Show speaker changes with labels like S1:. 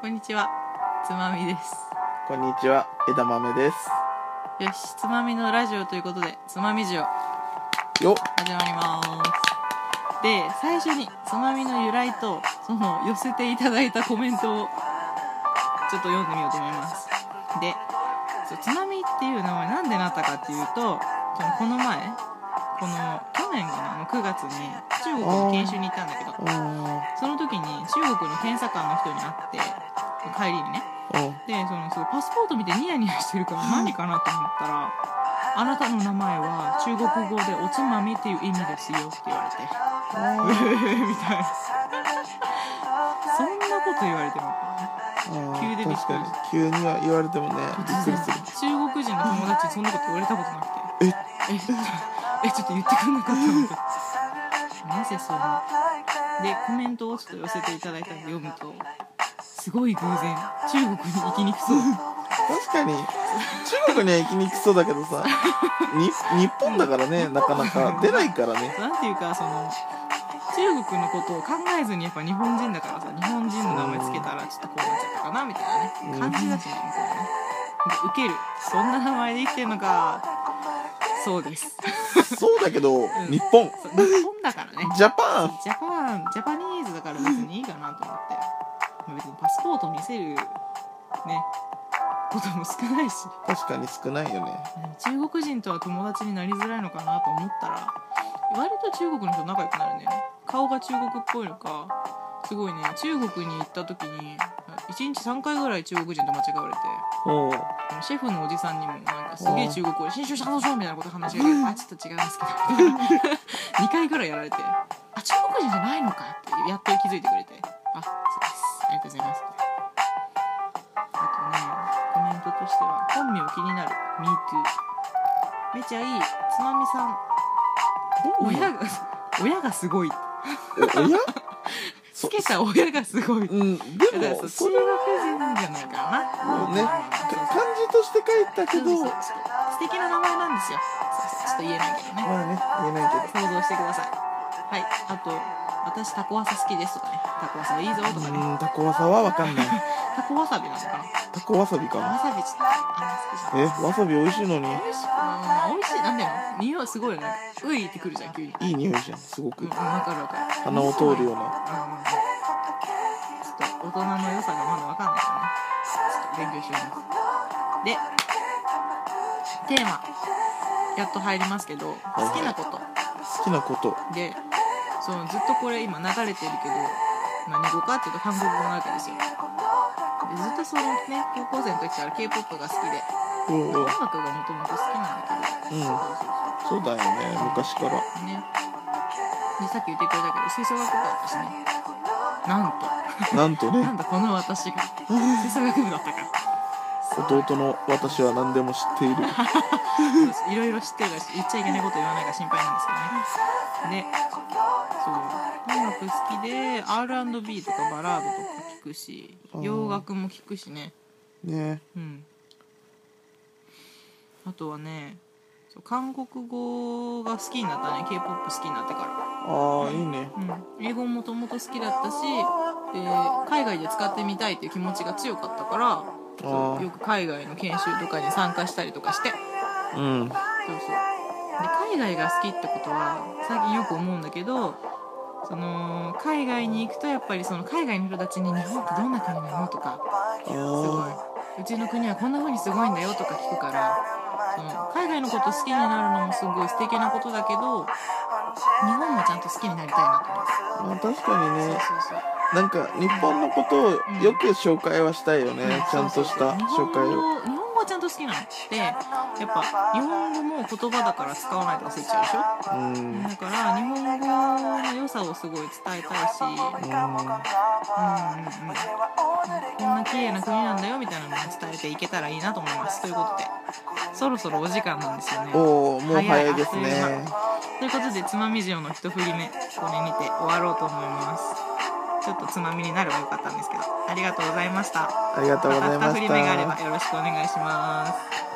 S1: こんにちは、つまみです。
S2: こんにちは、枝豆です。
S1: よし、つまみのラジオということで、つまみジオ
S2: よっ、
S1: 始まります。で、最初につまみの由来と、その寄せていただいたコメントを、ちょっと読んでみようと思います。で、そうつまみっていう名前なんでなったかっていうと、そのこの前、この去年かな、あの9月に中国の研修に行ったんだけど、
S2: おー、
S1: その時に中国の検査官の人に会って、帰りにね、
S2: おー、
S1: でそのそうパスポート見てニヤニヤしてるから何かなと思ったら「あなたの名前は中国語でおつまみっていう意味ですよ」って言われて 「
S2: おー、
S1: えーみたいなそんなこと言われても
S2: おー
S1: 急でびっくり
S2: 確かに、急には言われてもね、びっ
S1: 突
S2: く
S1: 然
S2: りする。
S1: 中国人の友達にそんなこと言われたことなくて。
S2: え、
S1: えちょっとえちょっと言ってくんなかったのかなぜそうなでコメントをちょっと寄せていただいたんで読むとすごい偶然中国に行きにくそう
S2: 確かに、中国には行きにくそうだけどさ、に、日本だからね、なかなか出ないからね。
S1: なんていうかその中国のことを考えずにやっぱ日本人だからさ日本人の名前つけたらちょっとこうなっちゃったかなみたいなね
S2: うん
S1: 感じだしね向こうもねでウケるそんな名前で生きてるのかそうです
S2: そうだけど、日本、
S1: そう日本だからね
S2: ジャパン、
S1: ジャパンジャパニーズだから別にいいかなと思ってまあ別にパスポート見せるねことも少ないし
S2: 確かに少ないよね。
S1: 中国人とは友達になりづらいのかなと思ったら割と中国の人仲良くなるんだよね顔が中国っぽいのかすごいね中国に行った時に1日3回ぐらい中国人と間違われて
S2: おー、
S1: あのシェフのおじさんにもなんかすげえ中国語で「新種者のしょ」みたいなこと話しかけて「あちょっと違いますけど」2回ぐらいやられて「あ中国人じゃないのか」ってやっと気づいてくれて「あそうですありがとうございます」あとねコメントとしては「本名気になる MeToo」めちゃいいつまみさん親が親がすごい
S2: えおや
S1: つけた親がすごい
S2: うん、で
S1: だから
S2: も、
S1: そう
S2: そ
S1: 中
S2: れは
S1: 国人じゃないかな
S2: ね、か漢字として書いたけ
S1: そう
S2: ど
S1: そう、そう素敵な名前なんですよちょっと言えないけどね
S2: まあね、言えないけど。
S1: 想像してくださいはいあと「私タコワサ好きです」とかね「タコワサいいぞ」とかね
S2: うん、タコワサはわかんない。
S1: タコわさびなのか
S2: タコわさびか
S1: なわ
S2: な。
S1: さびちょっとあんま好きじゃない
S2: え、わさび美味しいのに、
S1: 美味しいうん美味しいなんだよ匂いすごいよねういってくるじゃん急に
S2: いい匂いじゃん、すご
S1: うん
S2: く
S1: うん。わかるわかる
S2: 鼻を通るような。
S1: うんうんうんちょっと大人の良さがまだわかんないからねちょっと勉強しますでテーマやっと入りますけど
S2: い
S1: 好きなこと
S2: 好きなこと。
S1: でそのずっとこれ今流れてるけど何語かっていうと韓国語なわけですよでずっとそのね高校生の時から k p o p が好きで
S2: うんうん。うん
S1: 音。楽がもともと好きなんだけど、そうそう
S2: そうだよね、昔から。
S1: そうねでさっき言ってくれたけど吹奏楽部だったしねなんと
S2: なんと
S1: な
S2: ね、
S1: んだこの私が吹奏楽部だったか
S2: 弟の私は何でも知っている。
S1: いろいろ知ってるから言っちゃいけないこと言わないから心配なんですけどねでそう音楽好きで R&B とかバラードとか聴くし
S2: うん
S1: 洋楽も聴くしね
S2: ね
S1: うんあとはねそう韓国語が好きになったね k p o p 好きになってか
S2: ああ、いいね。
S1: ら、うん、英語ももともと好きだったしで海外で使ってみたいっていう気持ちが強かったから
S2: あ
S1: そうよく海外の研修とかに参加したりとかして
S2: あ、うん。
S1: そうそうで海外が好きってことは最近よく思うんだけどその海外に行くとやっぱりその海外の人たちに日本ってどんな国なのとかすごい
S2: あ
S1: うちの国はこんな風にすごいんだよとか聞くからその海外のこと好きになるのもすごい素敵なことだけど日本もちゃんと好きになりたいなと思って
S2: あ、まあ確かに
S1: そう
S2: ね、
S1: そうそう
S2: なんか日本のことをよく紹介はしたいよね、ちゃんとした紹介
S1: 日
S2: を。
S1: 本語日本語はちゃんと好きなのでやっぱ日本語も言葉だから使わないと忘れちゃうでしょ
S2: うん。うん。
S1: だから日本語の良さをすごい伝えたいし、うんうんうん、こんな綺麗な国なんだよみたいなのを伝えていけたらいいなと思いますということでそろそろお時間なんですよね。
S2: おお、もう早いです
S1: 早いあっという
S2: ね。
S1: ということでつまみ塩の一振り目これにて終わろうと思います。ちょっとつまみになればよかったんですけどありがとうございました。
S2: ありがとうござい
S1: また
S2: ま
S1: 振
S2: し
S1: り目があれ
S2: た
S1: ば。よろしくお願いします。